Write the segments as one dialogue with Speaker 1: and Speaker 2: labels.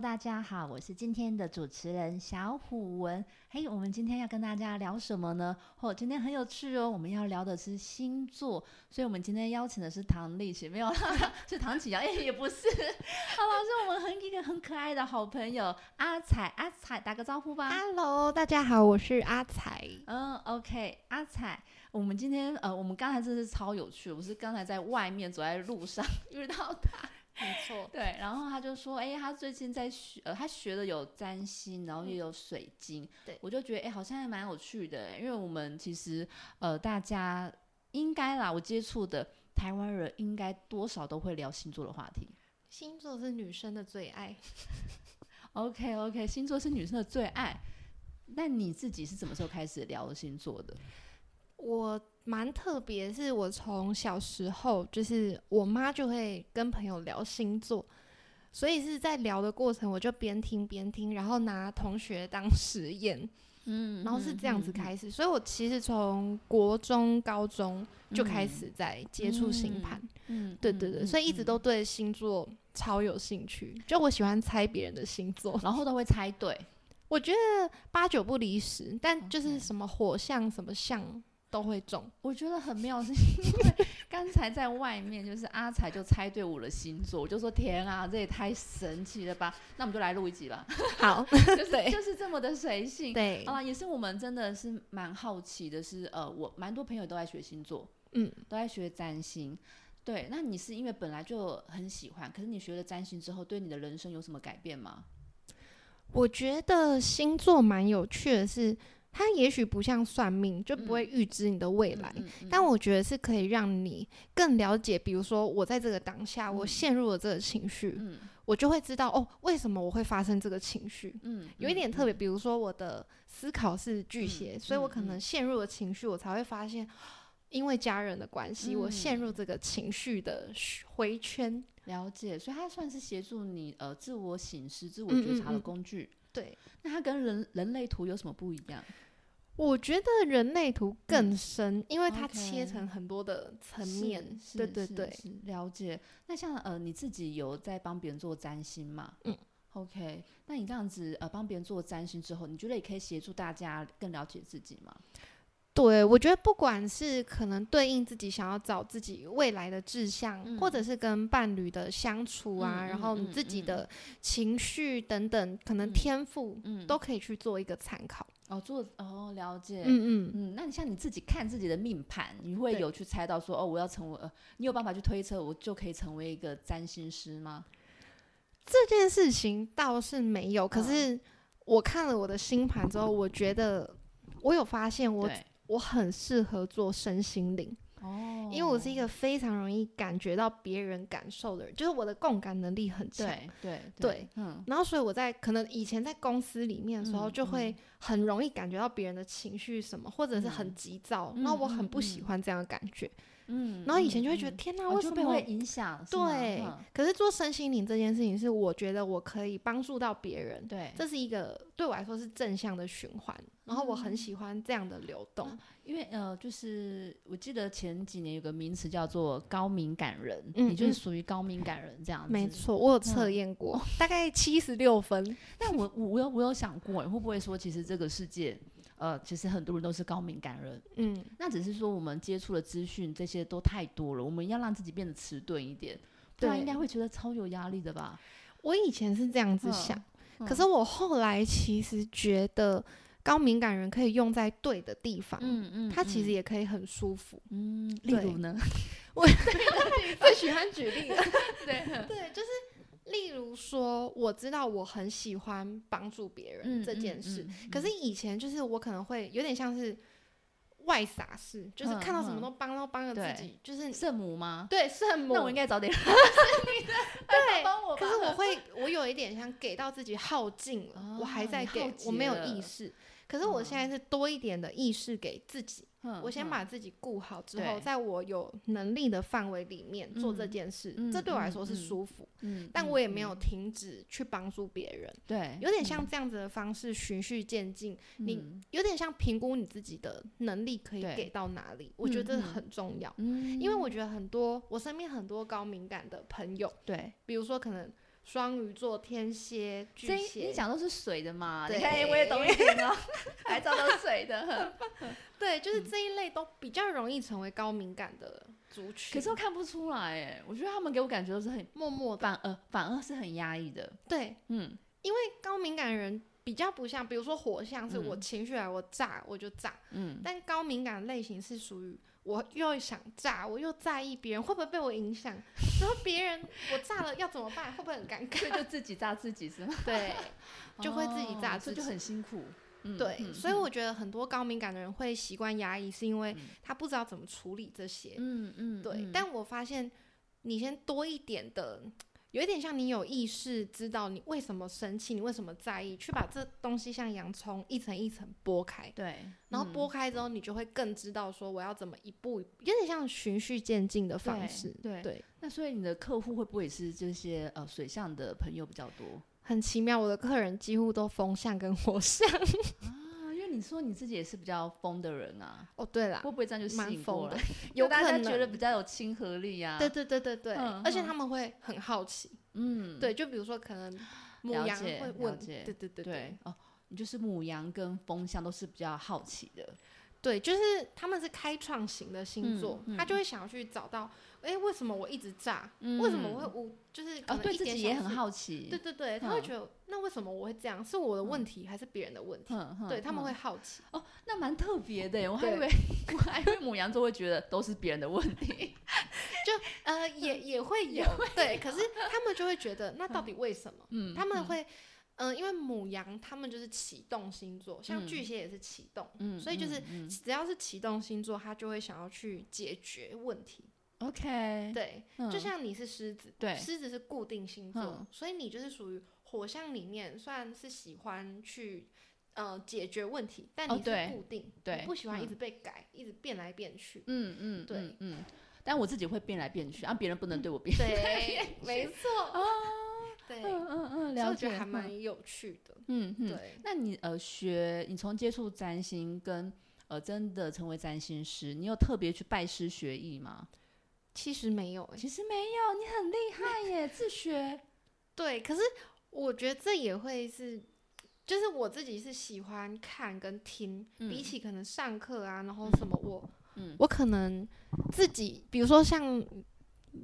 Speaker 1: 大家好，我是今天的主持人小虎文。嘿，我们今天要跟大家聊什么呢？哦，今天很有趣哦，我们要聊的是星座，所以我们今天邀请的是唐丽琪，没有 啦，是唐启阳，哎、也不是，好啦，是我们很一个很可爱的好朋友阿彩，阿彩打个招呼吧。
Speaker 2: Hello，大家好，我是阿才。
Speaker 1: 嗯，OK，阿彩，我们今天呃，我们刚才真是超有趣，我是刚才在外面走在路上 遇到他，
Speaker 2: 没错，
Speaker 1: 对，然后他就说，哎、他最近在学，呃，他学的有占星，然后也有水晶，
Speaker 2: 嗯对
Speaker 1: 我就觉得，哎、好像还蛮有趣的，欸因为我们其实呃，大家应该啦，我接触的台湾人应该多少都会聊星座的话题。
Speaker 2: 星座是女生的最爱。
Speaker 1: OK OK，星座是女生的最爱。那你自己是什么时候开始聊星座的？
Speaker 2: 我蛮特别，是我从小时候就是我妈就会跟朋友聊星座，所以是在聊的过程，我就边听边听，然后拿同学当实验，
Speaker 1: 嗯
Speaker 2: 然后是这样子开始。所以我其实从国中、高中就开始在接触星盘。
Speaker 1: 嗯，
Speaker 2: 对对对，所以一
Speaker 1: 嗯
Speaker 2: 直都对星座超有兴趣，就我喜欢猜别人的星座。
Speaker 1: 然后都会猜对，
Speaker 2: 我觉得八九不离十，但就
Speaker 1: OK
Speaker 2: 是什么火象、什么象都会 中。
Speaker 1: 我觉得很妙，是 因为刚才在外面就是阿才就猜对我的星座，我就说天啊，这也太神奇了吧！那我们就来录一集 吧，
Speaker 2: 好，
Speaker 1: 就是
Speaker 2: 对
Speaker 1: 就是这么的随性。
Speaker 2: 对
Speaker 1: 好，啦，也是我们真的是蛮好奇的是，呃，我蛮多朋友都在学星座，
Speaker 2: 嗯，
Speaker 1: 都在学占星。对，那你是因为本来就很喜欢，可是你学了占星之后，对你的人生有什么改变吗？
Speaker 2: 我觉得星座蛮有趣的是，它也许不像算命，就不会预知你的未来。
Speaker 1: 嗯嗯
Speaker 2: 但我觉得是可以让你更了解，比如说我在这个当下，
Speaker 1: 嗯
Speaker 2: 我陷入了这个情绪，
Speaker 1: 嗯
Speaker 2: 我就会知道哦，为什么我会发生这个情绪。
Speaker 1: 嗯，
Speaker 2: 有一
Speaker 1: 嗯
Speaker 2: 点特别，比如说我的思考是巨
Speaker 1: 嗯
Speaker 2: 蟹，所以我
Speaker 1: 嗯
Speaker 2: 可能
Speaker 1: 嗯
Speaker 2: 陷入了情绪，我才会发现，因为家人的关系，我陷
Speaker 1: 嗯
Speaker 2: 入这个情绪的循回圈。
Speaker 1: 了解，所以它算是协助你呃自我醒思、自我
Speaker 2: 嗯
Speaker 1: 觉
Speaker 2: 嗯
Speaker 1: 察的
Speaker 2: 嗯
Speaker 1: 工具。
Speaker 2: 对，
Speaker 1: 那它跟人人类图有什么不一样？
Speaker 2: 我觉得人类图更深，因为它
Speaker 1: 嗯 OK
Speaker 2: 切成很多的层
Speaker 1: 是
Speaker 2: 面。
Speaker 1: 是
Speaker 2: 对对
Speaker 1: 是
Speaker 2: 对，
Speaker 1: 是了解。那像呃你自己有在帮别人做占星嘛？
Speaker 2: 嗯。
Speaker 1: OK，那你这样子呃帮别人做占星之后，你觉得也可以协助大家更了解自己吗？
Speaker 2: 对我觉得不管是可能对应自己想要找自己未来的志向，
Speaker 1: 嗯
Speaker 2: 或者是跟伴侣的相处啊，
Speaker 1: 嗯
Speaker 2: 然
Speaker 1: 嗯
Speaker 2: 后你
Speaker 1: 嗯
Speaker 2: 自己
Speaker 1: 嗯
Speaker 2: 的情绪等等，可能
Speaker 1: 嗯
Speaker 2: 天赋
Speaker 1: 嗯，
Speaker 2: 都可以去做一个参考。
Speaker 1: 哦做哦了解。
Speaker 2: 嗯嗯。
Speaker 1: 嗯，那你像你自己看自己的命盘，你会
Speaker 2: 对
Speaker 1: 有去猜到说哦，我要成为，呃，你有办法去推测我就可以成为一个占星师吗？
Speaker 2: 这件事情倒是没有，
Speaker 1: 嗯
Speaker 2: 可是我看了我的星盘之后，我觉得我有发现我
Speaker 1: 对，
Speaker 2: 我很适合做身心灵，
Speaker 1: 哦，
Speaker 2: 因为我是一个非常容易感觉到别人感受的人，就是我的共感能力很强。
Speaker 1: 对对
Speaker 2: 对，
Speaker 1: 嗯，
Speaker 2: 然后，所以我在可能以前在公司里面的时候，
Speaker 1: 嗯
Speaker 2: 就会很容易感觉到别人的情绪什么，或者是
Speaker 1: 嗯
Speaker 2: 很急躁。
Speaker 1: 嗯
Speaker 2: 那、我很
Speaker 1: 嗯
Speaker 2: 不喜
Speaker 1: 嗯
Speaker 2: 欢这样的感觉。
Speaker 1: 嗯
Speaker 2: 然后以前就会
Speaker 1: 嗯
Speaker 2: 觉得，
Speaker 1: 嗯
Speaker 2: 天哪，
Speaker 1: 哦
Speaker 2: 为
Speaker 1: 就
Speaker 2: 什
Speaker 1: 被
Speaker 2: 么
Speaker 1: 会影响？是吗
Speaker 2: 对
Speaker 1: 嗯，
Speaker 2: 可是做身心灵这件事情，是我觉得我可以帮助到别人，
Speaker 1: 对，
Speaker 2: 这是一个对我来说是正向的循环，然后我很喜欢这样的流动。
Speaker 1: 因为呃，就是我记得前几年有个名词叫做高敏感人，
Speaker 2: 嗯
Speaker 1: 你就是
Speaker 2: 嗯
Speaker 1: 属于高敏感人这样子。
Speaker 2: 没。错，我有测验过，嗯 大概七十六分。
Speaker 1: 但我我我有我有想过，会不会说其实这个世界，呃，其实很多人都是高敏感人，
Speaker 2: 嗯，
Speaker 1: 那只是说我们接触的资讯这些都太多了，我们要让自己变得迟钝一点，不然
Speaker 2: 对
Speaker 1: 应该会觉得超有压力的吧？
Speaker 2: 我以前是这样子想，
Speaker 1: 嗯
Speaker 2: 可是我后来其实觉得高敏感人可以用在对的地方，
Speaker 1: 嗯嗯
Speaker 2: 他其实也可以很舒服。
Speaker 1: 嗯，嗯例
Speaker 2: 对
Speaker 1: 如呢？
Speaker 2: 最喜欢举例了，
Speaker 1: 对，
Speaker 2: 对，就是。例如说，我知道我很喜欢帮助别
Speaker 1: 嗯
Speaker 2: 人这件事，可是以前就是我可能会有点像是外撒式，就是
Speaker 1: 嗯
Speaker 2: 看到什么
Speaker 1: 嗯
Speaker 2: 都帮，都帮了
Speaker 1: 对
Speaker 2: 自己，就是
Speaker 1: 圣母吗？
Speaker 2: 对圣母。
Speaker 1: 那我应该早点
Speaker 2: 对，
Speaker 1: 帮我吧。
Speaker 2: 可是我会，我有一点像给到自己耗尽了，我还
Speaker 1: 哦
Speaker 2: 在
Speaker 1: 你耗
Speaker 2: 给，
Speaker 1: 竭
Speaker 2: 我没有
Speaker 1: 了
Speaker 2: 意识。可是我现在是多一点的意识给自己，
Speaker 1: 嗯
Speaker 2: 我先
Speaker 1: 嗯
Speaker 2: 把自己顾好之后，
Speaker 1: 对
Speaker 2: 在我有能力的范围里面做这
Speaker 1: 嗯
Speaker 2: 件事，
Speaker 1: 嗯
Speaker 2: 这对我来
Speaker 1: 嗯
Speaker 2: 说是
Speaker 1: 嗯
Speaker 2: 舒服，
Speaker 1: 嗯，
Speaker 2: 但
Speaker 1: 嗯
Speaker 2: 我也没
Speaker 1: 嗯
Speaker 2: 有停止去帮助别人，
Speaker 1: 对，
Speaker 2: 有点
Speaker 1: 嗯
Speaker 2: 像这样子的方式循序渐进，你
Speaker 1: 嗯
Speaker 2: 有点像评估你自己的能力可以
Speaker 1: 对
Speaker 2: 给到哪里，我觉
Speaker 1: 嗯
Speaker 2: 得这
Speaker 1: 嗯
Speaker 2: 很重要。
Speaker 1: 嗯
Speaker 2: 因为我觉得很多我身边很多高敏感的朋友，
Speaker 1: 对
Speaker 2: 比如说可能双鱼座、天蝎、巨
Speaker 1: 这一
Speaker 2: 蟹。
Speaker 1: 你讲都是水的嘛，你
Speaker 2: 对
Speaker 1: 看我也懂一点哦，还照到水的。
Speaker 2: 对，
Speaker 1: 嗯
Speaker 2: 就是这一类都比较容易成为高敏感的族 群。
Speaker 1: 可是我看不出来哎，我觉得他们给我感觉都是很
Speaker 2: 默默的，
Speaker 1: 反而反而是很压抑的，
Speaker 2: 对，
Speaker 1: 嗯，
Speaker 2: 因为高敏感的人比较不像，比如说火象是
Speaker 1: 嗯
Speaker 2: 我情绪来我炸我就炸，
Speaker 1: 嗯，
Speaker 2: 但高敏感类型是属于我又想炸，我又在意别人会不会被我 影响，然后别人我炸了要怎么办，会不会很尴
Speaker 1: 所以
Speaker 2: 尬？
Speaker 1: 就自己炸自己是吗？
Speaker 2: 对，就会自己炸
Speaker 1: 哦
Speaker 2: 自
Speaker 1: 这就
Speaker 2: 己
Speaker 1: 很辛苦。嗯
Speaker 2: 对，
Speaker 1: 嗯
Speaker 2: 所以我觉得很多高敏感的人会习惯压抑，是因为
Speaker 1: 嗯
Speaker 2: 他不知道怎么处理这些。
Speaker 1: 嗯嗯，
Speaker 2: 对，
Speaker 1: 嗯
Speaker 2: 但我发现你先多一点的，有一点像你有意识知道你为什么生气，你为什么在意，去把这东西像洋葱一层一层剥开，
Speaker 1: 对，
Speaker 2: 然
Speaker 1: 嗯
Speaker 2: 后剥开之后，你就会更知道说我要怎么一步一步，有点像循序渐进的方
Speaker 1: 对
Speaker 2: 式。
Speaker 1: 对
Speaker 2: 对，
Speaker 1: 那所以你的客户会不会也是这些呃水象的朋友比较多
Speaker 2: 很奇妙，我的客人几乎都风象跟 火象。
Speaker 1: 啊？因为你说你自己也是比较疯的人啊，
Speaker 2: 哦，对啦，
Speaker 1: 会不会这样就吸
Speaker 2: 蛮
Speaker 1: 引
Speaker 2: 疯
Speaker 1: 过
Speaker 2: 的
Speaker 1: 来？
Speaker 2: 有
Speaker 1: 就大
Speaker 2: 可
Speaker 1: 家
Speaker 2: 能
Speaker 1: 觉得比较有亲和力啊。
Speaker 2: 对，对对对对，
Speaker 1: 嗯
Speaker 2: 而且
Speaker 1: 嗯
Speaker 2: 他们会很好奇，
Speaker 1: 嗯，
Speaker 2: 对，就比如说可能母
Speaker 1: 了
Speaker 2: 羊
Speaker 1: 解
Speaker 2: 会
Speaker 1: 了
Speaker 2: 问，
Speaker 1: 解
Speaker 2: 对对对对
Speaker 1: 对哦，你就是母羊跟风象都是比较好奇的。
Speaker 2: 对，就是他们是开创型的星座，
Speaker 1: 嗯嗯
Speaker 2: 他就会想要去找到，哎、为什么我一直炸？
Speaker 1: 嗯
Speaker 2: 为什么我会无？就是
Speaker 1: 哦，
Speaker 2: 可能
Speaker 1: 对
Speaker 2: 一
Speaker 1: 自
Speaker 2: 点
Speaker 1: 己
Speaker 2: 小
Speaker 1: 也很
Speaker 2: 事，
Speaker 1: 好奇。
Speaker 2: 对对对，他会
Speaker 1: 嗯
Speaker 2: 觉得、那为什么我会这样？是我的问题还是别人的问题？
Speaker 1: 哼，哼
Speaker 2: 对他们
Speaker 1: 哼
Speaker 2: 会好奇，
Speaker 1: 哦，那蛮特别的耶。嗯我还
Speaker 2: 对
Speaker 1: 以为我还以为母羊座会觉得都是别人的问题。
Speaker 2: 呃，也也会有，对，可是他们就会觉得，那到底为什么？
Speaker 1: 嗯，
Speaker 2: 他们
Speaker 1: 嗯
Speaker 2: 会，嗯、因为母羊他们就是启动星座，像
Speaker 1: 嗯
Speaker 2: 巨蟹也是启动，
Speaker 1: 嗯，
Speaker 2: 所以就是
Speaker 1: 嗯嗯
Speaker 2: 只要是启动星座，他就会想要去解决问题。
Speaker 1: OK，
Speaker 2: 对，就
Speaker 1: 嗯
Speaker 2: 像你是狮子，
Speaker 1: 对
Speaker 2: 狮子是固定星座，
Speaker 1: 嗯
Speaker 2: 所以你就是属于火象里面，虽然是喜欢去呃解决问题，但
Speaker 1: 哦
Speaker 2: 你是
Speaker 1: 对
Speaker 2: 固定，你
Speaker 1: 对
Speaker 2: 不喜欢一
Speaker 1: 嗯。
Speaker 2: 直被改，一直变来变去
Speaker 1: 嗯嗯，
Speaker 2: 对嗯
Speaker 1: 嗯嗯，但我自己会变来变去，啊，别人不能对我变。
Speaker 2: 对，没错，
Speaker 1: 哦，
Speaker 2: 对，所
Speaker 1: 嗯嗯嗯，
Speaker 2: 以我
Speaker 1: 了
Speaker 2: 觉
Speaker 1: 解，
Speaker 2: 得还
Speaker 1: 嗯
Speaker 2: 蛮有趣的。
Speaker 1: 嗯嗯。
Speaker 2: 对，
Speaker 1: 那你呃学，你从接触占星跟呃真的成为占星师，你有特别去拜师学艺吗？
Speaker 2: 其实没有、欸，
Speaker 1: 其实没有，你很厉害耶，自学。
Speaker 2: 对，可是我觉得这也会是，就是我自己是喜欢看跟听，比
Speaker 1: 嗯
Speaker 2: 起可能上课啊，然后
Speaker 1: 嗯
Speaker 2: 什么我，
Speaker 1: 嗯
Speaker 2: 我可能自己，比如说像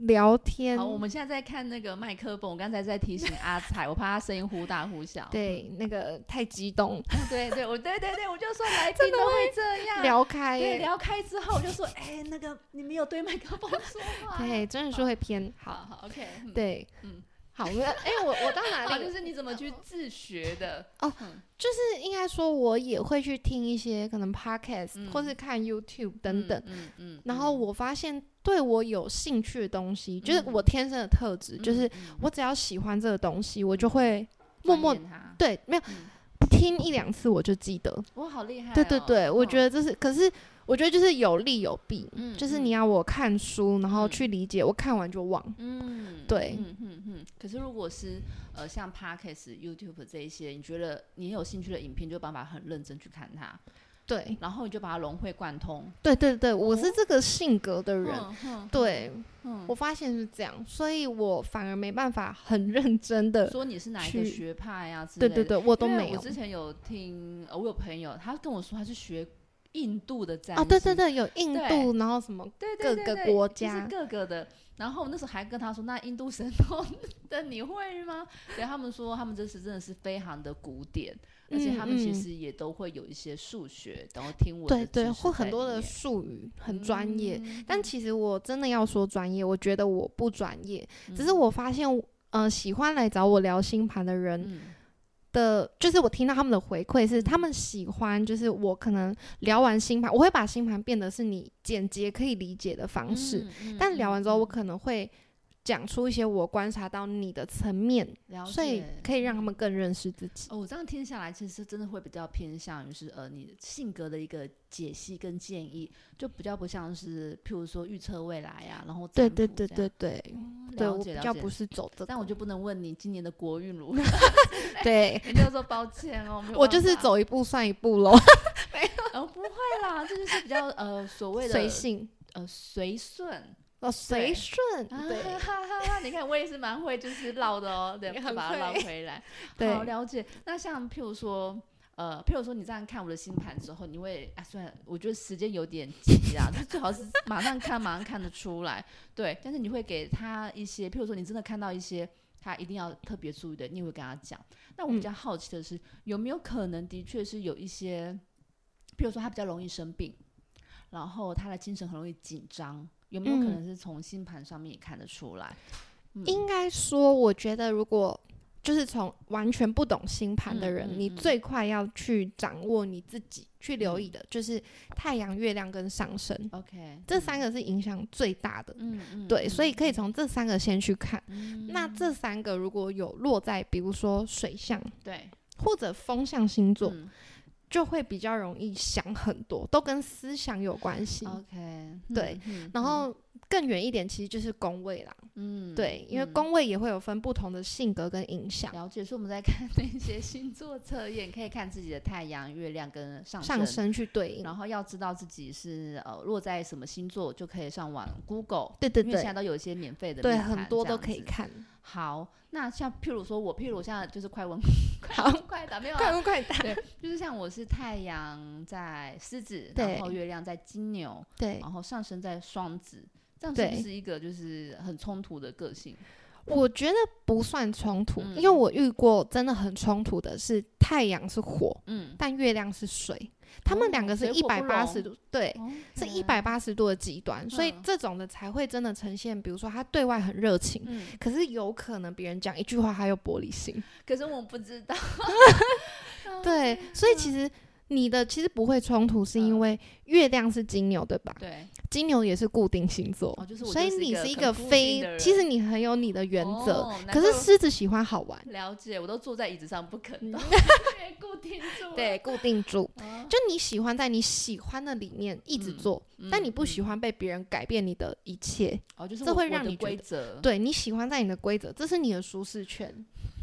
Speaker 2: 聊天，
Speaker 1: 好，我们现在在看那个麦克风，我刚才在提醒阿彩，我怕他声音忽大忽小。
Speaker 2: 对那个太激动，
Speaker 1: 对对，我对对对，我就说来宾都会这样。
Speaker 2: 聊哎开
Speaker 1: 对，
Speaker 2: 耶，
Speaker 1: 聊开之后我就说，哎，那个你没有对麦克风说话。
Speaker 2: 对，真的是会偏
Speaker 1: 好，好，OK，嗯
Speaker 2: 对，
Speaker 1: 嗯
Speaker 2: 好，我们哎，我我到 哪
Speaker 1: 好，
Speaker 2: 里
Speaker 1: 就？是你怎么去自学 的？嗯
Speaker 2: 就是应该说，我也会去听一些可能 podcast、
Speaker 1: 嗯
Speaker 2: 或是看 YouTube 等等。
Speaker 1: 嗯嗯嗯
Speaker 2: 然后我发现对我有兴趣的东西，就是
Speaker 1: 嗯
Speaker 2: 我天生的特质，就是我只要喜欢这个东西，我
Speaker 1: 嗯
Speaker 2: 就会默默
Speaker 1: 他，
Speaker 2: 对没有、
Speaker 1: 嗯
Speaker 2: 听一两次我就记得。
Speaker 1: 我好厉害哦。
Speaker 2: 对对对，我觉
Speaker 1: 得，
Speaker 2: 得这是，可是我觉得就是有利有弊，
Speaker 1: 嗯
Speaker 2: 就是你，要我看书，然后
Speaker 1: 嗯
Speaker 2: 去理解，我看完就忘。
Speaker 1: 嗯，
Speaker 2: 对
Speaker 1: 嗯嗯嗯。可是如果是呃像 Podcast、YouTube 这一些，你觉得你有兴趣的影片，就办法很认真去看它，
Speaker 2: 对
Speaker 1: 然后你就把它融会贯通。
Speaker 2: 对对对，我是这个性格的人。
Speaker 1: 哦嗯，嗯，
Speaker 2: 对，
Speaker 1: 嗯
Speaker 2: 我发现是这样，所以我反而没办法很认真的。
Speaker 1: 说你是哪一个
Speaker 2: 去
Speaker 1: 学派啊之
Speaker 2: 对
Speaker 1: 类的？
Speaker 2: 对对，我都
Speaker 1: 因为
Speaker 2: 没有
Speaker 1: 我之前有听，呃我有朋友，他跟我说他是学印度的占
Speaker 2: 啊。对对
Speaker 1: 星
Speaker 2: 对，有印
Speaker 1: 对
Speaker 2: 度，然后什么
Speaker 1: 对
Speaker 2: 各
Speaker 1: 对对
Speaker 2: 个
Speaker 1: 对
Speaker 2: 国
Speaker 1: 就是
Speaker 2: 家
Speaker 1: 各个的。然后我那时候还跟他说，那印度神童的你会吗？ 对他们说，他们这是真的是非常的古典，而且他们
Speaker 2: 嗯
Speaker 1: 其
Speaker 2: 嗯
Speaker 1: 实也都会有一些数学，然后听我的
Speaker 2: 对对，
Speaker 1: 知识
Speaker 2: 会很
Speaker 1: 在
Speaker 2: 多
Speaker 1: 里
Speaker 2: 的
Speaker 1: 面
Speaker 2: 术语，很专业。
Speaker 1: 嗯
Speaker 2: 但其实我真的要说专业，我觉得我不专业，
Speaker 1: 嗯
Speaker 2: 只是我发现我，呃，喜欢来找我聊星盘的人
Speaker 1: 嗯
Speaker 2: 的，就是我听到他们的回馈是，他们喜欢，就是我可能聊完星盘，我会把星盘变得是你简洁可以理解的方式，
Speaker 1: 嗯嗯
Speaker 2: 但聊完之后，
Speaker 1: 嗯
Speaker 2: 我可能会讲出一些我观察到你的层面，
Speaker 1: 嗯了
Speaker 2: 所以
Speaker 1: 解嗯
Speaker 2: 可以让他们更认识自己。
Speaker 1: 哦，我这样听下来，其实真的会比较偏向于是呃你性格的一个解析跟建议，就比较不像是譬如说预测未来呀、然后
Speaker 2: 对
Speaker 1: 占
Speaker 2: 对
Speaker 1: 卜
Speaker 2: 对
Speaker 1: 这样
Speaker 2: 对对，
Speaker 1: 哦
Speaker 2: 对
Speaker 1: 了
Speaker 2: 我
Speaker 1: 解
Speaker 2: 比
Speaker 1: 了
Speaker 2: 较
Speaker 1: 解
Speaker 2: 不是走这个，
Speaker 1: 但我就不能问你今年的国运如何，
Speaker 2: 对。
Speaker 1: 人家说抱歉哦， 没有
Speaker 2: 我
Speaker 1: 办
Speaker 2: 就是
Speaker 1: 法，
Speaker 2: 走一步算一步喽，
Speaker 1: 呃，不会啦，这就是比较呃所谓的
Speaker 2: 随性。
Speaker 1: 呃随顺，
Speaker 2: 哦，随顺，对
Speaker 1: 啊， 哈哈哈！你看我也是蛮会就是绕的哦，对，
Speaker 2: 你
Speaker 1: 就
Speaker 2: 很
Speaker 1: 把它绕
Speaker 2: 会
Speaker 1: 回 来。好
Speaker 2: 对，
Speaker 1: 了解。那像譬如说，呃，譬如说你这样看我的星盘之后，你会啊，虽然我觉得时间有点急啊，就最好是马上看，马上看得出来。对，但是你会给他一些，譬如说你真的看到一些。他一定要特别注意的，你也会跟他讲。那我比
Speaker 2: 嗯
Speaker 1: 较好奇的是，有没有可能的确是有一些，譬如说他比较容易生病，然后他的精神很容易紧张，有没有可
Speaker 2: 嗯
Speaker 1: 能是从星盘上面也看得出来？嗯
Speaker 2: 应该说，我觉得如果就是从完全不懂星盘的
Speaker 1: 嗯
Speaker 2: 人，
Speaker 1: 嗯
Speaker 2: 你
Speaker 1: 嗯
Speaker 2: 最快要去掌握你自己去留意
Speaker 1: 嗯
Speaker 2: 的，就是太阳、月亮跟上升、
Speaker 1: OK，
Speaker 2: 这三
Speaker 1: 个，
Speaker 2: 个是影响最大的。
Speaker 1: 嗯嗯，
Speaker 2: 对，所以可以
Speaker 1: 嗯
Speaker 2: 从这三个先去看。
Speaker 1: 嗯
Speaker 2: 那这三个如果有落在，比如说水象
Speaker 1: 对
Speaker 2: 或者风象星座，
Speaker 1: 嗯
Speaker 2: 就会比较容易想很多，都跟思想有关系。
Speaker 1: OK，
Speaker 2: 对
Speaker 1: 嗯，哦嗯
Speaker 2: 然后更远一点，其实就是宫位啦。
Speaker 1: 嗯，
Speaker 2: 对，因为
Speaker 1: 嗯
Speaker 2: 宫位也会有分不同的性格跟影响。
Speaker 1: 了解，所以我们在看 那些星座测验，可以看自己的太阳、月亮跟上
Speaker 2: 上升去对应。
Speaker 1: 然后要知道自己是呃落在什么星座，就可以上网 Google。
Speaker 2: 对对
Speaker 1: 因为现
Speaker 2: 对
Speaker 1: 在，都有一些免费的
Speaker 2: 对
Speaker 1: 命
Speaker 2: 很
Speaker 1: 盘
Speaker 2: 多
Speaker 1: 这
Speaker 2: 都
Speaker 1: 样
Speaker 2: 可以
Speaker 1: 子。
Speaker 2: 看。
Speaker 1: 好，那像譬如说我，譬如我现在就是快 问快
Speaker 2: 好
Speaker 1: 问快答，没有啊
Speaker 2: 快问快答。
Speaker 1: 对，就是像我是太阳在狮子，
Speaker 2: 对
Speaker 1: 然后月亮在金牛，
Speaker 2: 对，
Speaker 1: 然后上升在双子，这样是不
Speaker 2: 对哦
Speaker 1: 是一个就是很冲突的个性？
Speaker 2: 我觉得不算冲突，
Speaker 1: 嗯
Speaker 2: 因为我遇过真的很冲突的是太阳是火，
Speaker 1: 嗯，
Speaker 2: 但月亮是水，他们两个是
Speaker 1: 水
Speaker 2: 一
Speaker 1: 火
Speaker 2: 百
Speaker 1: 不
Speaker 2: 八十
Speaker 1: 容哦
Speaker 2: 度，对。是
Speaker 1: 啊
Speaker 2: 一百八十度的极端，所以
Speaker 1: 嗯
Speaker 2: 这种的才会真的呈现，比如说他对外很热情，
Speaker 1: 嗯，
Speaker 2: 可是有可能别人讲一句话他又玻璃心，
Speaker 1: 可是我不 知道。啊哦
Speaker 2: 对，所以其实你的其实不会冲突，是
Speaker 1: 嗯
Speaker 2: 因为月亮是金牛，对吧？
Speaker 1: 对，
Speaker 2: 金牛也是固定星座，
Speaker 1: 哦就是我
Speaker 2: 所以
Speaker 1: 就是一
Speaker 2: 你
Speaker 1: 个
Speaker 2: 是一
Speaker 1: 很
Speaker 2: 个
Speaker 1: 固定
Speaker 2: 非
Speaker 1: 的，人
Speaker 2: 其实你很有你的原则，
Speaker 1: 哦难
Speaker 2: 可是
Speaker 1: 怪
Speaker 2: 狮子喜欢好玩，
Speaker 1: 了解，我都坐在椅子上不肯
Speaker 2: 嗯
Speaker 1: 动， 被固定住。
Speaker 2: 对，，固定住，
Speaker 1: 哦
Speaker 2: 就你喜欢在你喜欢的里面一直
Speaker 1: 嗯
Speaker 2: 做，但你不喜
Speaker 1: 欢
Speaker 2: 欢被别人改变你的一切，
Speaker 1: 哦，就是
Speaker 2: 这
Speaker 1: 我
Speaker 2: 会
Speaker 1: 我
Speaker 2: 让
Speaker 1: 的
Speaker 2: 你觉
Speaker 1: 规
Speaker 2: 得
Speaker 1: 则。
Speaker 2: 对你喜欢在你的规则，这是你的舒适圈，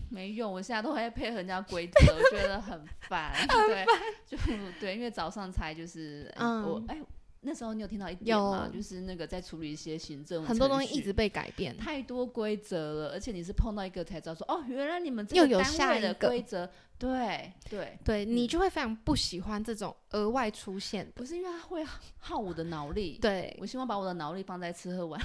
Speaker 1: 没用，我现在都会配合人家规则，我觉得很 烦。对，就对，因为早上才就是，哎我
Speaker 2: 嗯
Speaker 1: 哎，那时候你有听到一点吗？
Speaker 2: 有
Speaker 1: 就是那个在处理一些行政
Speaker 2: 很多
Speaker 1: 程
Speaker 2: 东西一
Speaker 1: 嗯序
Speaker 2: 直被改变，
Speaker 1: 太多规则了，而且你是碰到一个才知道说，哦，原来你们这
Speaker 2: 又
Speaker 1: 个
Speaker 2: 有
Speaker 1: 单
Speaker 2: 下
Speaker 1: 位
Speaker 2: 一
Speaker 1: 的
Speaker 2: 个
Speaker 1: 规则，对对，
Speaker 2: 对你
Speaker 1: 嗯
Speaker 2: 就会非常不喜欢这种额外出现的，
Speaker 1: 不是因为它会耗我的脑力，
Speaker 2: 对，
Speaker 1: 我希望把我的脑力放在吃喝玩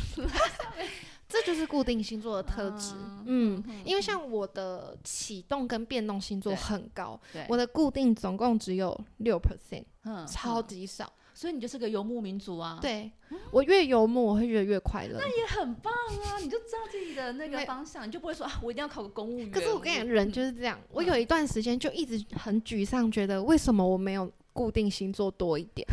Speaker 2: 这就是固定星座的特质
Speaker 1: 啊，
Speaker 2: 嗯
Speaker 1: 嗯，
Speaker 2: 因为像我的启动跟变动星座
Speaker 1: 对
Speaker 2: 很高，
Speaker 1: 对，
Speaker 2: 我的固定总共只有六 percent，
Speaker 1: 嗯
Speaker 2: 超
Speaker 1: 嗯
Speaker 2: 级少，
Speaker 1: 所以你就是个游牧民族啊，，
Speaker 2: 对我越幽默，我会觉得越快乐。
Speaker 1: 也很棒啊，你就知道自己的那个
Speaker 2: 没
Speaker 1: 方向，你就不会说啊，我一定要考个公务员。
Speaker 2: 可是我跟你讲，人就是这样。我有一段时间就一直很沮丧，觉得为什么我没有固定星座多一 点？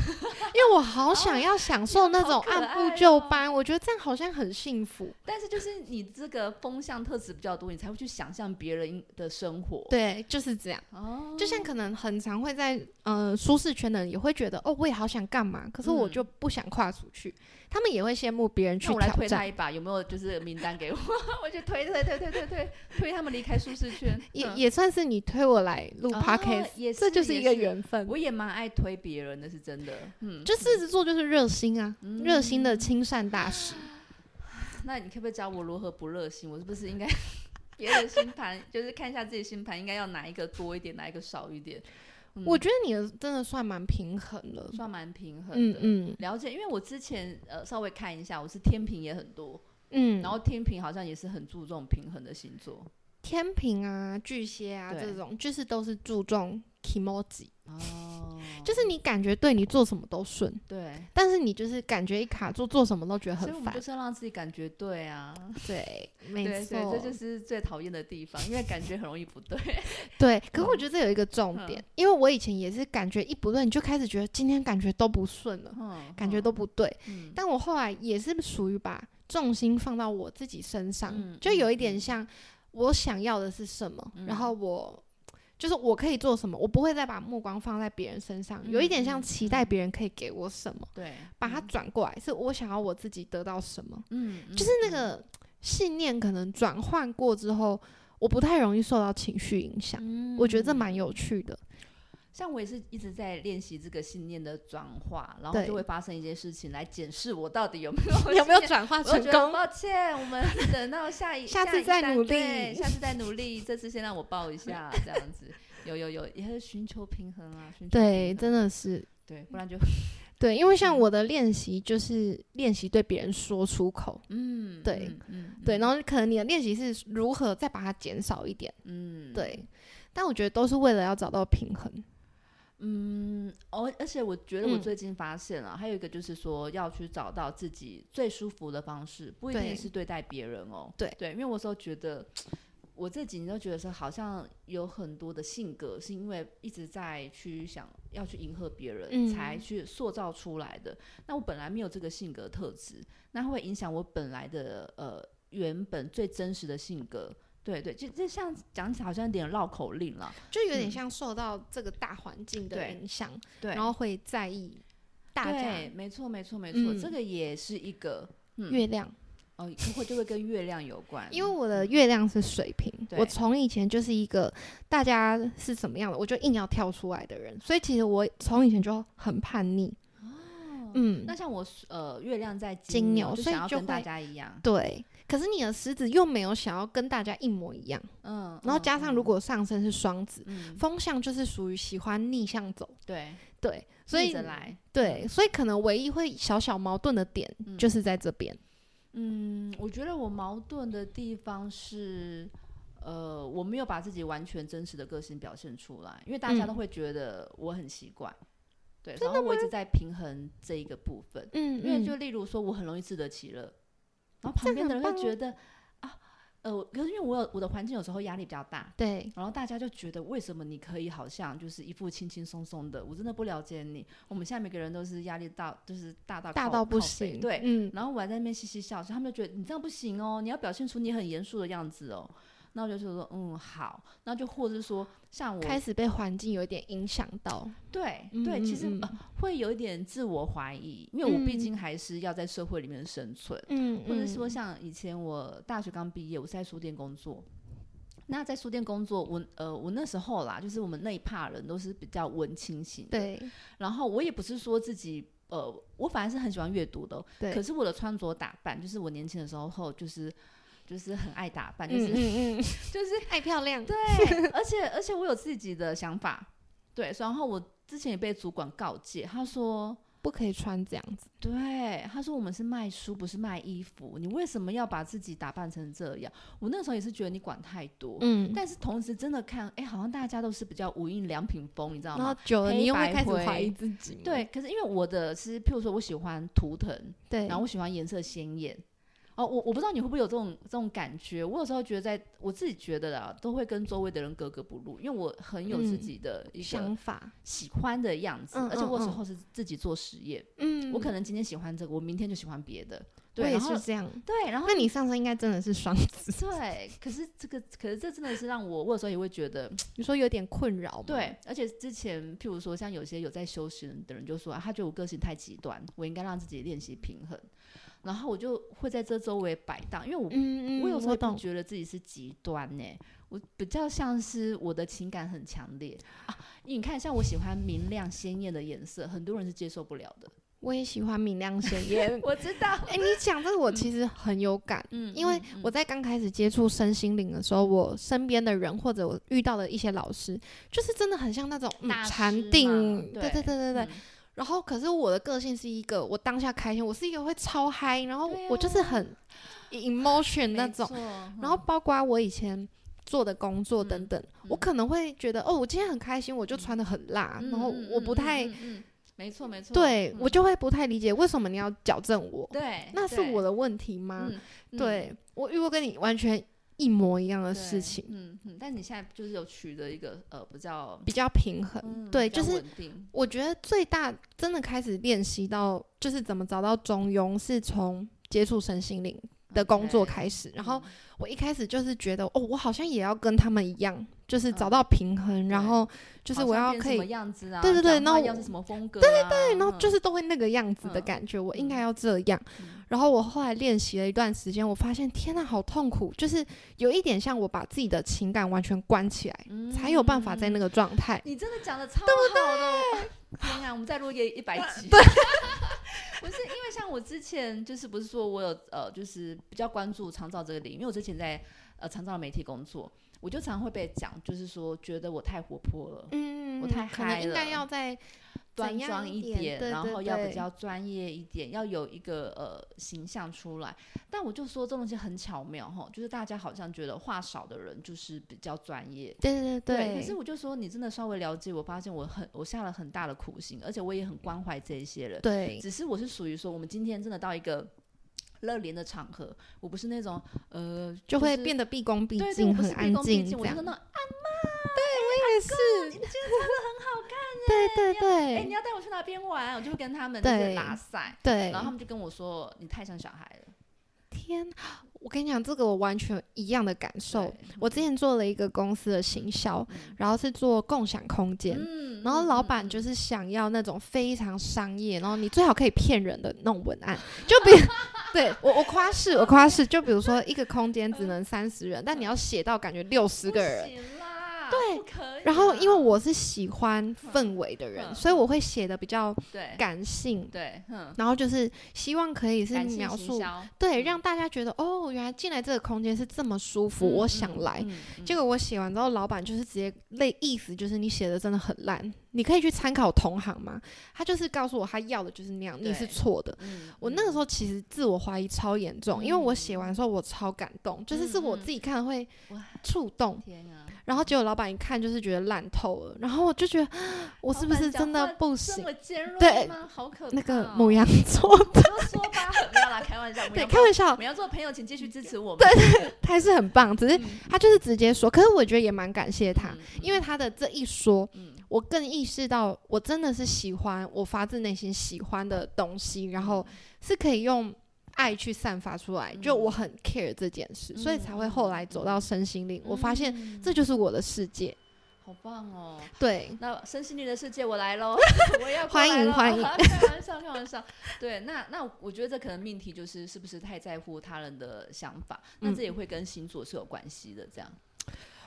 Speaker 2: 因为我哦好哦想要享受那种
Speaker 1: 好可爱
Speaker 2: 按部就班，我觉得这样好像很幸福。
Speaker 1: 但是就是你这个风向特质比较多，你才会去想象别人的生活，
Speaker 2: 对，就是这样。嗯
Speaker 1: 哦，
Speaker 2: 就像可能很常会在呃舒适圈的人也会觉得哦，我也好想干嘛，可是我
Speaker 1: 嗯
Speaker 2: 就不想跨出去。他们也会羡慕别人去
Speaker 1: 那我来
Speaker 2: 挑
Speaker 1: 推他
Speaker 2: 战，
Speaker 1: 一把，有没有就是名单给我？我去推推推推推推推他们离开舒适圈，
Speaker 2: 也
Speaker 1: 嗯
Speaker 2: 也算是你推我来录
Speaker 1: 哦
Speaker 2: podcast，
Speaker 1: 也
Speaker 2: 这就是一
Speaker 1: 也
Speaker 2: 个缘分。
Speaker 1: 我也蛮爱推别人的，是真的。嗯，
Speaker 2: 就狮子座就是热心啊，热心的亲善大使。
Speaker 1: 那你可不可以教我如何不热心？我是不是应该别的星盘，就是看一下自己星盘，应该要哪一个多一点，哪一个少一点？嗯
Speaker 2: 我觉得你的真的算蛮平衡了。
Speaker 1: 算蛮平衡
Speaker 2: 嗯
Speaker 1: 的。
Speaker 2: 嗯
Speaker 1: 了解，因为我之前呃稍微看一下，我是天平也很多，
Speaker 2: 嗯，
Speaker 1: 然后天平好像也是很注重平衡的星座。
Speaker 2: 天平啊、巨蟹啊
Speaker 1: 对
Speaker 2: 这种，就是都是注重 emoji，
Speaker 1: 哦，
Speaker 2: 就是你感觉对你做什么都顺，
Speaker 1: 对，
Speaker 2: 但是你就是感觉一卡住，做什么都觉得
Speaker 1: 所以我
Speaker 2: 很
Speaker 1: 们
Speaker 2: 烦
Speaker 1: 就。是要让自己感觉对啊，
Speaker 2: 对，
Speaker 1: 对
Speaker 2: 没
Speaker 1: 对，
Speaker 2: 错
Speaker 1: 这，就是最讨厌的地方，因为感觉很容易不 对。
Speaker 2: 对。可
Speaker 1: 嗯
Speaker 2: 是我觉得这有一个重点，因为我以前也是感觉一不对，你就开始觉得今天感觉都不顺了，
Speaker 1: 嗯，
Speaker 2: 感觉都不对。
Speaker 1: 嗯
Speaker 2: 但我后来也是属于把重心放到我自己身上，
Speaker 1: 嗯
Speaker 2: 就有一点
Speaker 1: 嗯
Speaker 2: 像我想要的是什么，
Speaker 1: 嗯
Speaker 2: 然后我就是我可以做什么，我不会再把目光放在别人身上，
Speaker 1: 嗯
Speaker 2: 有一点像
Speaker 1: 嗯
Speaker 2: 期待别人可以给我什么，
Speaker 1: 对，
Speaker 2: 把它转过来，是我想要我自己得到什么，
Speaker 1: 嗯，嗯
Speaker 2: 就是那个信念可能转换过之后，我不太容易受到情绪影响，
Speaker 1: 嗯
Speaker 2: 我觉得这蛮有趣的。
Speaker 1: 像我也是一直在练习这个信念的转化，然后
Speaker 2: 对
Speaker 1: 就会发生一些事情来检视我到底有 没有
Speaker 2: 有没有
Speaker 1: 信念
Speaker 2: 转化
Speaker 1: 我
Speaker 2: 成
Speaker 1: 就觉得
Speaker 2: 功？
Speaker 1: 抱歉，我们等到下一
Speaker 2: 下次
Speaker 1: 一
Speaker 2: 再
Speaker 1: 单
Speaker 2: 努
Speaker 1: 对
Speaker 2: 力
Speaker 1: 下次再努力。这次先让我抱一下，这样子。有有有，也是寻求平衡啊，寻求平
Speaker 2: 对，
Speaker 1: 衡
Speaker 2: 真的是
Speaker 1: 对，不然就
Speaker 2: 对，因为
Speaker 1: 嗯
Speaker 2: 像我的练习就是练习对别人说出口，
Speaker 1: 嗯，
Speaker 2: 对
Speaker 1: 嗯，嗯
Speaker 2: 对，，然后可能你的练习是如何再把它减少一点，
Speaker 1: 嗯，
Speaker 2: 对，但我觉得都是为了要找到平衡，
Speaker 1: 嗯，而、而且我觉得我
Speaker 2: 嗯
Speaker 1: 最近发现了、还有一个就是说要去找到自己最舒服的方式，不一
Speaker 2: 对
Speaker 1: 定是对待别人哦。
Speaker 2: 对
Speaker 1: 对，因为我有时候觉得我这几年都觉得说，好像有很多的性格是因为一直在去想要去迎合别人、
Speaker 2: 嗯
Speaker 1: 才去塑造出来的。那我本来没有这个性格特质，那会影响我本来的呃原本最真实的性格。对对，就就像讲起来好像有点绕口令了。
Speaker 2: 就有点
Speaker 1: 嗯
Speaker 2: 像受到这个大环境的
Speaker 1: 对
Speaker 2: 影响，
Speaker 1: 对，
Speaker 2: 然后会在意大
Speaker 1: 对
Speaker 2: 家，
Speaker 1: 没错，没错，没错，
Speaker 2: 嗯
Speaker 1: 这个也是一个嗯
Speaker 2: 月亮。
Speaker 1: 哦，会就会跟月亮有关，
Speaker 2: 因为我的月亮是水瓶，
Speaker 1: 嗯对
Speaker 2: 我从以前就是一个大家是怎么样的，我就硬要跳出来的人，所以其实我从以前就很叛逆。嗯，
Speaker 1: 哦那像我呃，月亮在
Speaker 2: 金
Speaker 1: 牛，
Speaker 2: 牛
Speaker 1: 就
Speaker 2: 所以
Speaker 1: 想要
Speaker 2: 就
Speaker 1: 跟大
Speaker 2: 会
Speaker 1: 家一样，
Speaker 2: 对。可是你的狮子又没有想要跟大家一模一样，
Speaker 1: 嗯，
Speaker 2: 然后
Speaker 1: 嗯
Speaker 2: 加
Speaker 1: 嗯
Speaker 2: 上如果上升是双子，
Speaker 1: 嗯，
Speaker 2: 风向就是属于喜欢逆向走，
Speaker 1: 对，
Speaker 2: 对，所以
Speaker 1: 逆着来，
Speaker 2: 对，所以可能唯一会小小矛盾的点就是在这边。
Speaker 1: 嗯，我觉得我矛盾的地方是。呃，我没有把自己完全真实的个性表现出来，因为大家
Speaker 2: 嗯
Speaker 1: 都会觉得我很奇怪，对，然后我一直在平衡这一个部分，
Speaker 2: 嗯，
Speaker 1: 因为
Speaker 2: 嗯
Speaker 1: 就例如说，我很容易自得其乐，然后旁边的人
Speaker 2: 很
Speaker 1: 会
Speaker 2: 棒啊
Speaker 1: 觉得啊，呃，我可是因为我有我的环境有时候压力比较大，
Speaker 2: 对，
Speaker 1: 然后大家就觉得为什么你可以好像就是一副轻轻松松的，我真的不了解你。我们现在每个人都是压力大，就是大到
Speaker 2: 大
Speaker 1: 靠
Speaker 2: 到不
Speaker 1: 靠北
Speaker 2: 行。
Speaker 1: 对。
Speaker 2: 嗯，
Speaker 1: 然后我还在那边嘻嘻笑，所以他们就觉得你这样不行哦，你要表现出你很严肃的样子哦。那我就说，嗯，好。那就或者是说，像我
Speaker 2: 开始被环境有一点影响到。
Speaker 1: 对
Speaker 2: 嗯
Speaker 1: 对，其实、
Speaker 2: 嗯嗯
Speaker 1: 呃会有一点自我怀疑，因为我毕
Speaker 2: 嗯
Speaker 1: 竟还是要在社会里面生存，
Speaker 2: 嗯，
Speaker 1: 或者
Speaker 2: 嗯
Speaker 1: 说像以前我大学刚毕业，我是在书店工作。那在书店工作，我呃，我那时候啦，就是我们那一派人都是比较文青型的，
Speaker 2: 对
Speaker 1: 然后我也不是说自己呃，我反而是很喜欢阅读的哦，
Speaker 2: 对，
Speaker 1: 可
Speaker 2: 是
Speaker 1: 是我的穿着打扮，就是我年轻的时候就是就是很爱打扮，就
Speaker 2: 嗯
Speaker 1: 是、
Speaker 2: 嗯嗯，
Speaker 1: 就是
Speaker 2: 爱漂亮。对，
Speaker 1: 对，而且而且我有自己的想法，对，然后我之前也被主管告诫，他说，
Speaker 2: 不可以穿这样子。
Speaker 1: 对，他说我们是卖书，不是卖衣服，你为什么要把自己打扮成这样？我那时候也是觉得你管太多，
Speaker 2: 嗯，
Speaker 1: 但是同时真的看，哎，好像大家都是比较无印良品风，你知道
Speaker 2: 然后
Speaker 1: 吗？
Speaker 2: 久了
Speaker 1: 黑
Speaker 2: 你又
Speaker 1: 白
Speaker 2: 会开始
Speaker 1: 灰
Speaker 2: 怀疑自己嘛。
Speaker 1: 对，可是因为我的是，譬如说我喜欢图腾，
Speaker 2: 对，
Speaker 1: 然后我喜欢颜色鲜艳。哦，我我不知道你会不会有这种这种感觉。我有时候觉得在，我自己觉得啦，都会跟周围的人格格不入，因为我很有自
Speaker 2: 嗯
Speaker 1: 己的一个
Speaker 2: 想法。
Speaker 1: 喜欢的样子，
Speaker 2: 嗯
Speaker 1: 而且我有时
Speaker 2: 嗯嗯
Speaker 1: 候是自己做实验，
Speaker 2: 嗯，
Speaker 1: 我可能今天喜欢这个，我明天就喜欢别的。
Speaker 2: 我
Speaker 1: 对，
Speaker 2: 也
Speaker 1: 然后
Speaker 2: 是这样。
Speaker 1: 对， 然后
Speaker 2: 那你上身应该真的是双子，
Speaker 1: 对，可是这个，可是这真的是让我，我有时候也会觉得，
Speaker 2: 你说有点困扰吗？
Speaker 1: 对，而且之前譬如说像有些有在修行的人就说、啊，他觉得我个性太极端，我应该让自己练习平衡，然后我就会在这周围摆荡，因为我、
Speaker 2: 嗯，嗯嗯，
Speaker 1: 我有时候也不
Speaker 2: 懂。
Speaker 1: 觉得自己是极端呢、我比较像是我的情感很强烈啊，因为你看像我喜欢明亮鲜艳的颜色，很多人是接受不了的，。
Speaker 2: 我也喜欢明亮 鲜艳
Speaker 1: 我知道，
Speaker 2: 哎，你讲这个我其实很有感，
Speaker 1: 嗯
Speaker 2: 因为我在刚开始接触身心灵的时候，我身边的人或者我遇到的一些老师，就是真的很像那种嗯
Speaker 1: 大师
Speaker 2: 禅
Speaker 1: 嘛
Speaker 2: 定，
Speaker 1: 对
Speaker 2: 对对对对。
Speaker 1: 嗯
Speaker 2: 然后，可是我的个性是一个，我当下开心，我是一个会超嗨，然后
Speaker 1: 对啊
Speaker 2: 我就是很 emotion 那
Speaker 1: 没
Speaker 2: 种。
Speaker 1: 错
Speaker 2: 然后，包括我以前做的工作
Speaker 1: 嗯
Speaker 2: 等等，
Speaker 1: 嗯
Speaker 2: 我可能会觉得，哦，我今天很开心，我就穿的很辣，
Speaker 1: 嗯
Speaker 2: 然后
Speaker 1: 嗯
Speaker 2: 我
Speaker 1: 嗯
Speaker 2: 不
Speaker 1: 嗯
Speaker 2: 太、
Speaker 1: 嗯嗯没错没错，
Speaker 2: 对、
Speaker 1: 嗯
Speaker 2: 我就会不太理解为什么你要矫正我，
Speaker 1: 对，
Speaker 2: 那是
Speaker 1: 对
Speaker 2: 我的问题吗？
Speaker 1: 嗯，嗯，
Speaker 2: 对我遇过跟你完全一模一样的
Speaker 1: 对
Speaker 2: 事情，
Speaker 1: 嗯嗯，但你现在就是有取得一个呃比较，
Speaker 2: 比较平衡。
Speaker 1: 嗯
Speaker 2: 对
Speaker 1: 比较
Speaker 2: 就是
Speaker 1: 稳定，
Speaker 2: 我觉得最大真的开始练习到，就是怎么找到中庸，是从接触身心灵的工作
Speaker 1: 对
Speaker 2: 开始，然
Speaker 1: 嗯
Speaker 2: 后我一开始就是觉得，哦，我好像也要跟他们一样，就是找到平衡，然
Speaker 1: 嗯对
Speaker 2: 后就是
Speaker 1: 好
Speaker 2: 我
Speaker 1: 像
Speaker 2: 要
Speaker 1: 变
Speaker 2: 可
Speaker 1: 什
Speaker 2: 以
Speaker 1: 么样子啊？
Speaker 2: 对对对
Speaker 1: 讲
Speaker 2: 那
Speaker 1: 话
Speaker 2: 我
Speaker 1: 要是什么风格、啊？对对对
Speaker 2: 对，然后就是是都会那个样子的
Speaker 1: 嗯
Speaker 2: 感觉，我应
Speaker 1: 嗯
Speaker 2: 该要这样。
Speaker 1: 嗯
Speaker 2: 然后我后来练习了一段时间，我发现天呐，好痛苦，就是有一点像我把自己的情感完全关起来，
Speaker 1: 嗯
Speaker 2: 才有办法在那个状态。
Speaker 1: 你真的讲的超好的，我天啊，我们再录一个一百 集。对， 不是因为像我之前就是不是说我有呃，就是比较关注长照这个领域，因为我之前在呃长照媒体工作，我就常会被讲，就是说觉得我太活泼了，
Speaker 2: 嗯
Speaker 1: 我太
Speaker 2: 可
Speaker 1: 嗨
Speaker 2: 能应该
Speaker 1: 了
Speaker 2: 要在
Speaker 1: 端
Speaker 2: 怎样
Speaker 1: 庄
Speaker 2: 一
Speaker 1: 点，
Speaker 2: 点对
Speaker 1: 然
Speaker 2: 对
Speaker 1: 后要比
Speaker 2: 对
Speaker 1: 较专业一点，要有一个呃形象出来。但我就说这东西很巧妙哈，就是大家好像觉得话少的人就是比较专业，
Speaker 2: 对对
Speaker 1: 可是我就说你真的稍微了解，我发现我很我下了很大的苦心，而且我也很关怀这一些人。
Speaker 2: 对
Speaker 1: 只是我是属于说，我们今天真的到一个热恋的场合，我不是那种呃，
Speaker 2: 就会
Speaker 1: 是
Speaker 2: 变得毕恭毕
Speaker 1: 对，对我
Speaker 2: 敬，
Speaker 1: 不
Speaker 2: 很
Speaker 1: 是毕
Speaker 2: 安
Speaker 1: 恭毕
Speaker 2: 静
Speaker 1: 敬，
Speaker 2: 这
Speaker 1: 我就是。
Speaker 2: 样
Speaker 1: 那种
Speaker 2: 也是，对对
Speaker 1: 哎，你
Speaker 2: 对
Speaker 1: 要带我去哪边玩，我就会跟他们就是
Speaker 2: 对
Speaker 1: 拉塞，
Speaker 2: 对
Speaker 1: 然后他，们就跟我说你太像小孩了。
Speaker 2: 天，我跟你讲，这个我完全一样的感受
Speaker 1: 对。嗯
Speaker 2: 我之前做了一个公司的行销，然后是做共享空间，
Speaker 1: 嗯
Speaker 2: 然后老板
Speaker 1: 嗯
Speaker 2: 就是想要那种非常商业，然后你最好可以骗人的那种文案，就 比对我我夸饰我夸饰，就比如说一个空间只能三十人，但你要写到感觉六十个人
Speaker 1: 不。行啦，
Speaker 2: 对
Speaker 1: 不可以啦。
Speaker 2: 然后，因为我是喜欢氛围的人，
Speaker 1: 嗯
Speaker 2: 所以我会写的比较
Speaker 1: 对
Speaker 2: 感性，
Speaker 1: 对，嗯，
Speaker 2: 然后就是希望可以是
Speaker 1: 感性
Speaker 2: 描
Speaker 1: 行
Speaker 2: 述，
Speaker 1: 销
Speaker 2: 对，
Speaker 1: 嗯
Speaker 2: 让大家觉得哦，原来进来这个空间是这么舒服，我想来。
Speaker 1: 嗯嗯
Speaker 2: 结果我写完之后，老板就是直接类意思就是你写的真的很烂，你可以去参考同行嘛。他就是告诉我他要的就是那样，
Speaker 1: 对
Speaker 2: 你是错的。
Speaker 1: 嗯
Speaker 2: 我那个时候其实自我怀疑超严重，因为我写完之后我超感动，就是是我自己看了会
Speaker 1: 嗯哇
Speaker 2: 触动。
Speaker 1: 天啊，
Speaker 2: 然后结果老板一看就是觉得烂透了，然后我就觉得我是不是真的不
Speaker 1: 这
Speaker 2: 行？
Speaker 1: 么尖锐
Speaker 2: 对
Speaker 1: 吗？好可怕、哦！
Speaker 2: 那个母羊座的，
Speaker 1: 就说吧， 没有啦，开玩笑。母
Speaker 2: 对，
Speaker 1: 羊
Speaker 2: 开
Speaker 1: 座
Speaker 2: 玩笑
Speaker 1: 母，羊座的朋友，请继续支持我们。
Speaker 2: 他还是很棒，只是
Speaker 1: 嗯
Speaker 2: 他就是直接说。可是我觉得也蛮感谢他，
Speaker 1: 嗯
Speaker 2: 因为他的这一说，
Speaker 1: 嗯，
Speaker 2: 我更意识到我真的是喜欢，我发自内心喜欢的东西，然后是可以用爱去散发出来。就
Speaker 1: 嗯
Speaker 2: 我很 care 这件事，所以才会后来走到身心灵，我发现
Speaker 1: 嗯
Speaker 2: 这就是我的世界。
Speaker 1: 好棒哦。
Speaker 2: 对，
Speaker 1: 那身心灵的世界，我来 喽！我也要过
Speaker 2: 欢
Speaker 1: 来
Speaker 2: 迎
Speaker 1: 咯
Speaker 2: 欢迎
Speaker 1: 开玩笑，开玩笑。对，那那我觉得这可能命题就是是不是太在乎他人的想法，那
Speaker 2: 嗯
Speaker 1: 这也会跟星座是有关系的，这样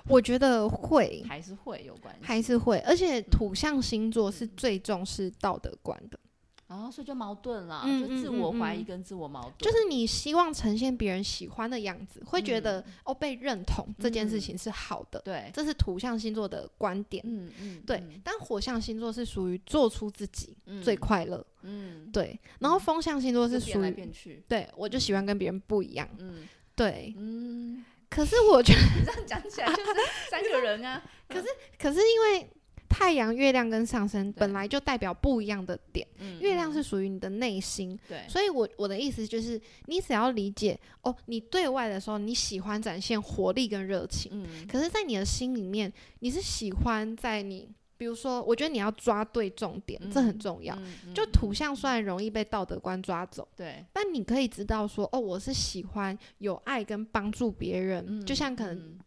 Speaker 2: 我觉得会。
Speaker 1: 还是会有关系。
Speaker 2: 还是会，而且土象星座是最重视道德观的，
Speaker 1: 嗯然哦后所以就矛盾啦，
Speaker 2: 嗯
Speaker 1: 就
Speaker 2: 嗯
Speaker 1: 自
Speaker 2: 嗯
Speaker 1: 我怀疑
Speaker 2: 嗯
Speaker 1: 跟自我矛盾，
Speaker 2: 就是你希望呈现别人喜欢的样子，会觉得、哦被认同这件事
Speaker 1: 嗯
Speaker 2: 情是好的，
Speaker 1: 对，
Speaker 2: 这是土象星座的观点。
Speaker 1: 嗯嗯，
Speaker 2: 对，但火象星座是属于做出自己
Speaker 1: 嗯
Speaker 2: 最快乐，
Speaker 1: 嗯，
Speaker 2: 对。然后风象星座是
Speaker 1: 就
Speaker 2: 属
Speaker 1: 变来
Speaker 2: 于，
Speaker 1: 变去，
Speaker 2: 对我就喜欢跟别人不一样，
Speaker 1: 嗯
Speaker 2: 对。
Speaker 1: 嗯，
Speaker 2: 可是我觉得，
Speaker 1: 你 这样讲起来就是 三个人啊，
Speaker 2: 可是因为太阳、月亮跟上升
Speaker 1: 对
Speaker 2: 本来就代表不一样的点，
Speaker 1: 嗯
Speaker 2: 月
Speaker 1: 嗯
Speaker 2: 亮是属于你的内心，
Speaker 1: 对，
Speaker 2: 所以我我的意思就是，你只要理解哦，你对外的时候你喜欢展现活力跟热情，
Speaker 1: 嗯，
Speaker 2: 可是，在你的心里面，你是喜欢在你，比如说，我觉得你要抓对重点，这很
Speaker 1: 嗯
Speaker 2: 重要。
Speaker 1: 嗯嗯
Speaker 2: 就土象虽然容易被道德观抓走，
Speaker 1: 对，
Speaker 2: 但你可以知道说，哦，我是喜欢有爱跟帮助别人，
Speaker 1: 嗯
Speaker 2: 就像可能
Speaker 1: 嗯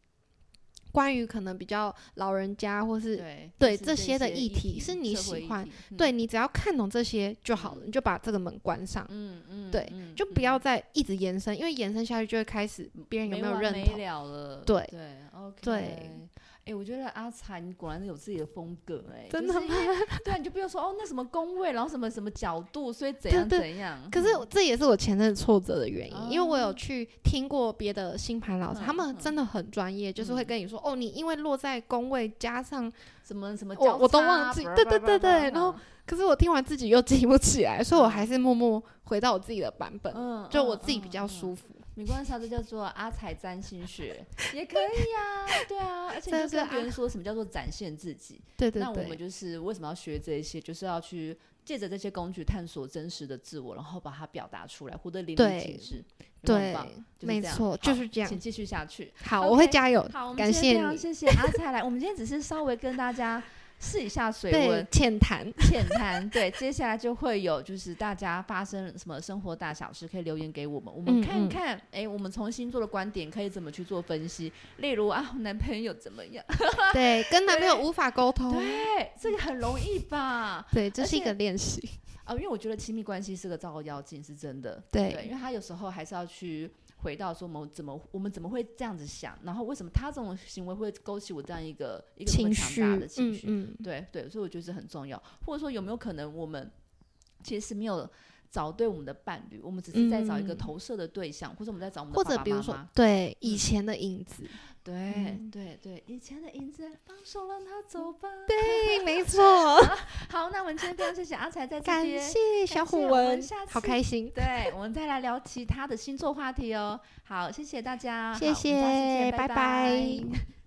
Speaker 2: 关于可能比较老人家或是
Speaker 1: 对
Speaker 2: 对
Speaker 1: 就是这
Speaker 2: 这些的
Speaker 1: 议
Speaker 2: 议题是你
Speaker 1: 社
Speaker 2: 喜
Speaker 1: 会议
Speaker 2: 欢
Speaker 1: 题，嗯
Speaker 2: 对，你只要看懂这些就好了，
Speaker 1: 嗯
Speaker 2: 你就把这个门关上，
Speaker 1: 嗯嗯，
Speaker 2: 对
Speaker 1: 嗯
Speaker 2: 就不要再一直延伸，因为延伸下去就会开始别人有
Speaker 1: 嗯没
Speaker 2: 有
Speaker 1: 完
Speaker 2: 认
Speaker 1: 没
Speaker 2: 同，
Speaker 1: 了了，
Speaker 2: 对
Speaker 1: 对，OK，
Speaker 2: 对
Speaker 1: 哎，我觉得阿才你果然是有自己的风格，哎，
Speaker 2: 真
Speaker 1: 就
Speaker 2: 的
Speaker 1: 是因
Speaker 2: 吗？
Speaker 1: 为对啊，你就不用说哦，那什么宫位，然后什么什么角度，所以怎
Speaker 2: 对
Speaker 1: 样
Speaker 2: 对
Speaker 1: 怎样。嗯
Speaker 2: 可是这也是我前阵挫折的原因，因为我有
Speaker 1: 哦
Speaker 2: 去听过别的星盘老师，
Speaker 1: 嗯
Speaker 2: 他们
Speaker 1: 嗯
Speaker 2: 真的很专业，就是会
Speaker 1: 嗯
Speaker 2: 跟你说，哦，你因为落在宫位加上，
Speaker 1: 什么什么
Speaker 2: 我
Speaker 1: 交
Speaker 2: 我都
Speaker 1: 叉
Speaker 2: 忘记
Speaker 1: 叭
Speaker 2: 对
Speaker 1: 叭
Speaker 2: 对
Speaker 1: 叭
Speaker 2: 对
Speaker 1: 叭
Speaker 2: 对然后
Speaker 1: 叭
Speaker 2: 可是我听完自己又记不起来，所以我
Speaker 1: 嗯
Speaker 2: 还是默默回到我自己的版本，
Speaker 1: 嗯，
Speaker 2: 就
Speaker 1: 嗯
Speaker 2: 我自己比
Speaker 1: 嗯
Speaker 2: 较
Speaker 1: 嗯
Speaker 2: 舒服。
Speaker 1: 没关系啊，这叫做阿财占星 学，也可以啊，对啊，而且你
Speaker 2: 这
Speaker 1: 就
Speaker 2: 个
Speaker 1: 跟别
Speaker 2: 啊
Speaker 1: 人说什么叫做展现自己。
Speaker 2: 对对
Speaker 1: 那我们
Speaker 2: 对，
Speaker 1: 就是为什么要学这些，就是要去借着这些工具探索真实的自我，然后把它表达出来，活得淋漓尽
Speaker 2: 对
Speaker 1: 致。有没有很
Speaker 2: 对
Speaker 1: 棒，就是
Speaker 2: 没
Speaker 1: 这样
Speaker 2: 错，就
Speaker 1: 好
Speaker 2: 是这样
Speaker 1: 请。继续下去。
Speaker 2: 好，
Speaker 1: OK，
Speaker 2: 我会加油
Speaker 1: 好，我，们
Speaker 2: 感
Speaker 1: 今天
Speaker 2: 谢
Speaker 1: 非常
Speaker 2: 你。
Speaker 1: 谢谢阿菜来。我们今天只是稍微跟大家试一下水
Speaker 2: 对
Speaker 1: 温，
Speaker 2: 浅谈。
Speaker 1: 浅谈。对，接下来就会有就是大家发生什么生活大小事，可以留言给我们，我们
Speaker 2: 嗯
Speaker 1: 看
Speaker 2: 嗯
Speaker 1: 看，哎、我们从星座的观点可以怎么去做分析。例如啊，我男朋友怎么样？
Speaker 2: 对，跟男朋友
Speaker 1: 对
Speaker 2: 无法沟通，
Speaker 1: 对，这个很容易吧？
Speaker 2: 对，这
Speaker 1: 而
Speaker 2: 是一
Speaker 1: 且
Speaker 2: 个练习。
Speaker 1: 啊，因为我觉得亲密关系是个照妖镜，是真的。对，因
Speaker 2: 对，
Speaker 1: 为他有时候还是要去回到说，我们怎么我们怎么会这样子想，然后为什么他这种行为会勾起我这样一个一个这么
Speaker 2: 情
Speaker 1: 强
Speaker 2: 绪，
Speaker 1: 大的情
Speaker 2: 嗯
Speaker 1: 绪？
Speaker 2: 嗯，
Speaker 1: 对对，所以我觉得这很重要。或者说有没有可能我们其实没有找对我们的伴侣，我们只是在找一个
Speaker 2: 嗯
Speaker 1: 投射的对象，或者我们在找我们的
Speaker 2: 或
Speaker 1: 爸
Speaker 2: 者
Speaker 1: 爸
Speaker 2: 比如
Speaker 1: 妈
Speaker 2: 说
Speaker 1: 妈，
Speaker 2: 对以
Speaker 1: 嗯
Speaker 2: 前的影子，
Speaker 1: 对、
Speaker 2: 嗯
Speaker 1: 对对，以前的影子，放手让他走吧。
Speaker 2: 对，没错，
Speaker 1: 好，那我们今天非常谢谢阿才在这
Speaker 2: 感
Speaker 1: 边，
Speaker 2: 谢
Speaker 1: 感
Speaker 2: 小
Speaker 1: 谢
Speaker 2: 虎
Speaker 1: 我
Speaker 2: 文
Speaker 1: 们，下次
Speaker 2: 好开心，
Speaker 1: 对，我们再来聊其他的星座话题哦。好，谢谢大家，好
Speaker 2: 谢
Speaker 1: 我们下次见
Speaker 2: 谢，
Speaker 1: 拜
Speaker 2: 拜拜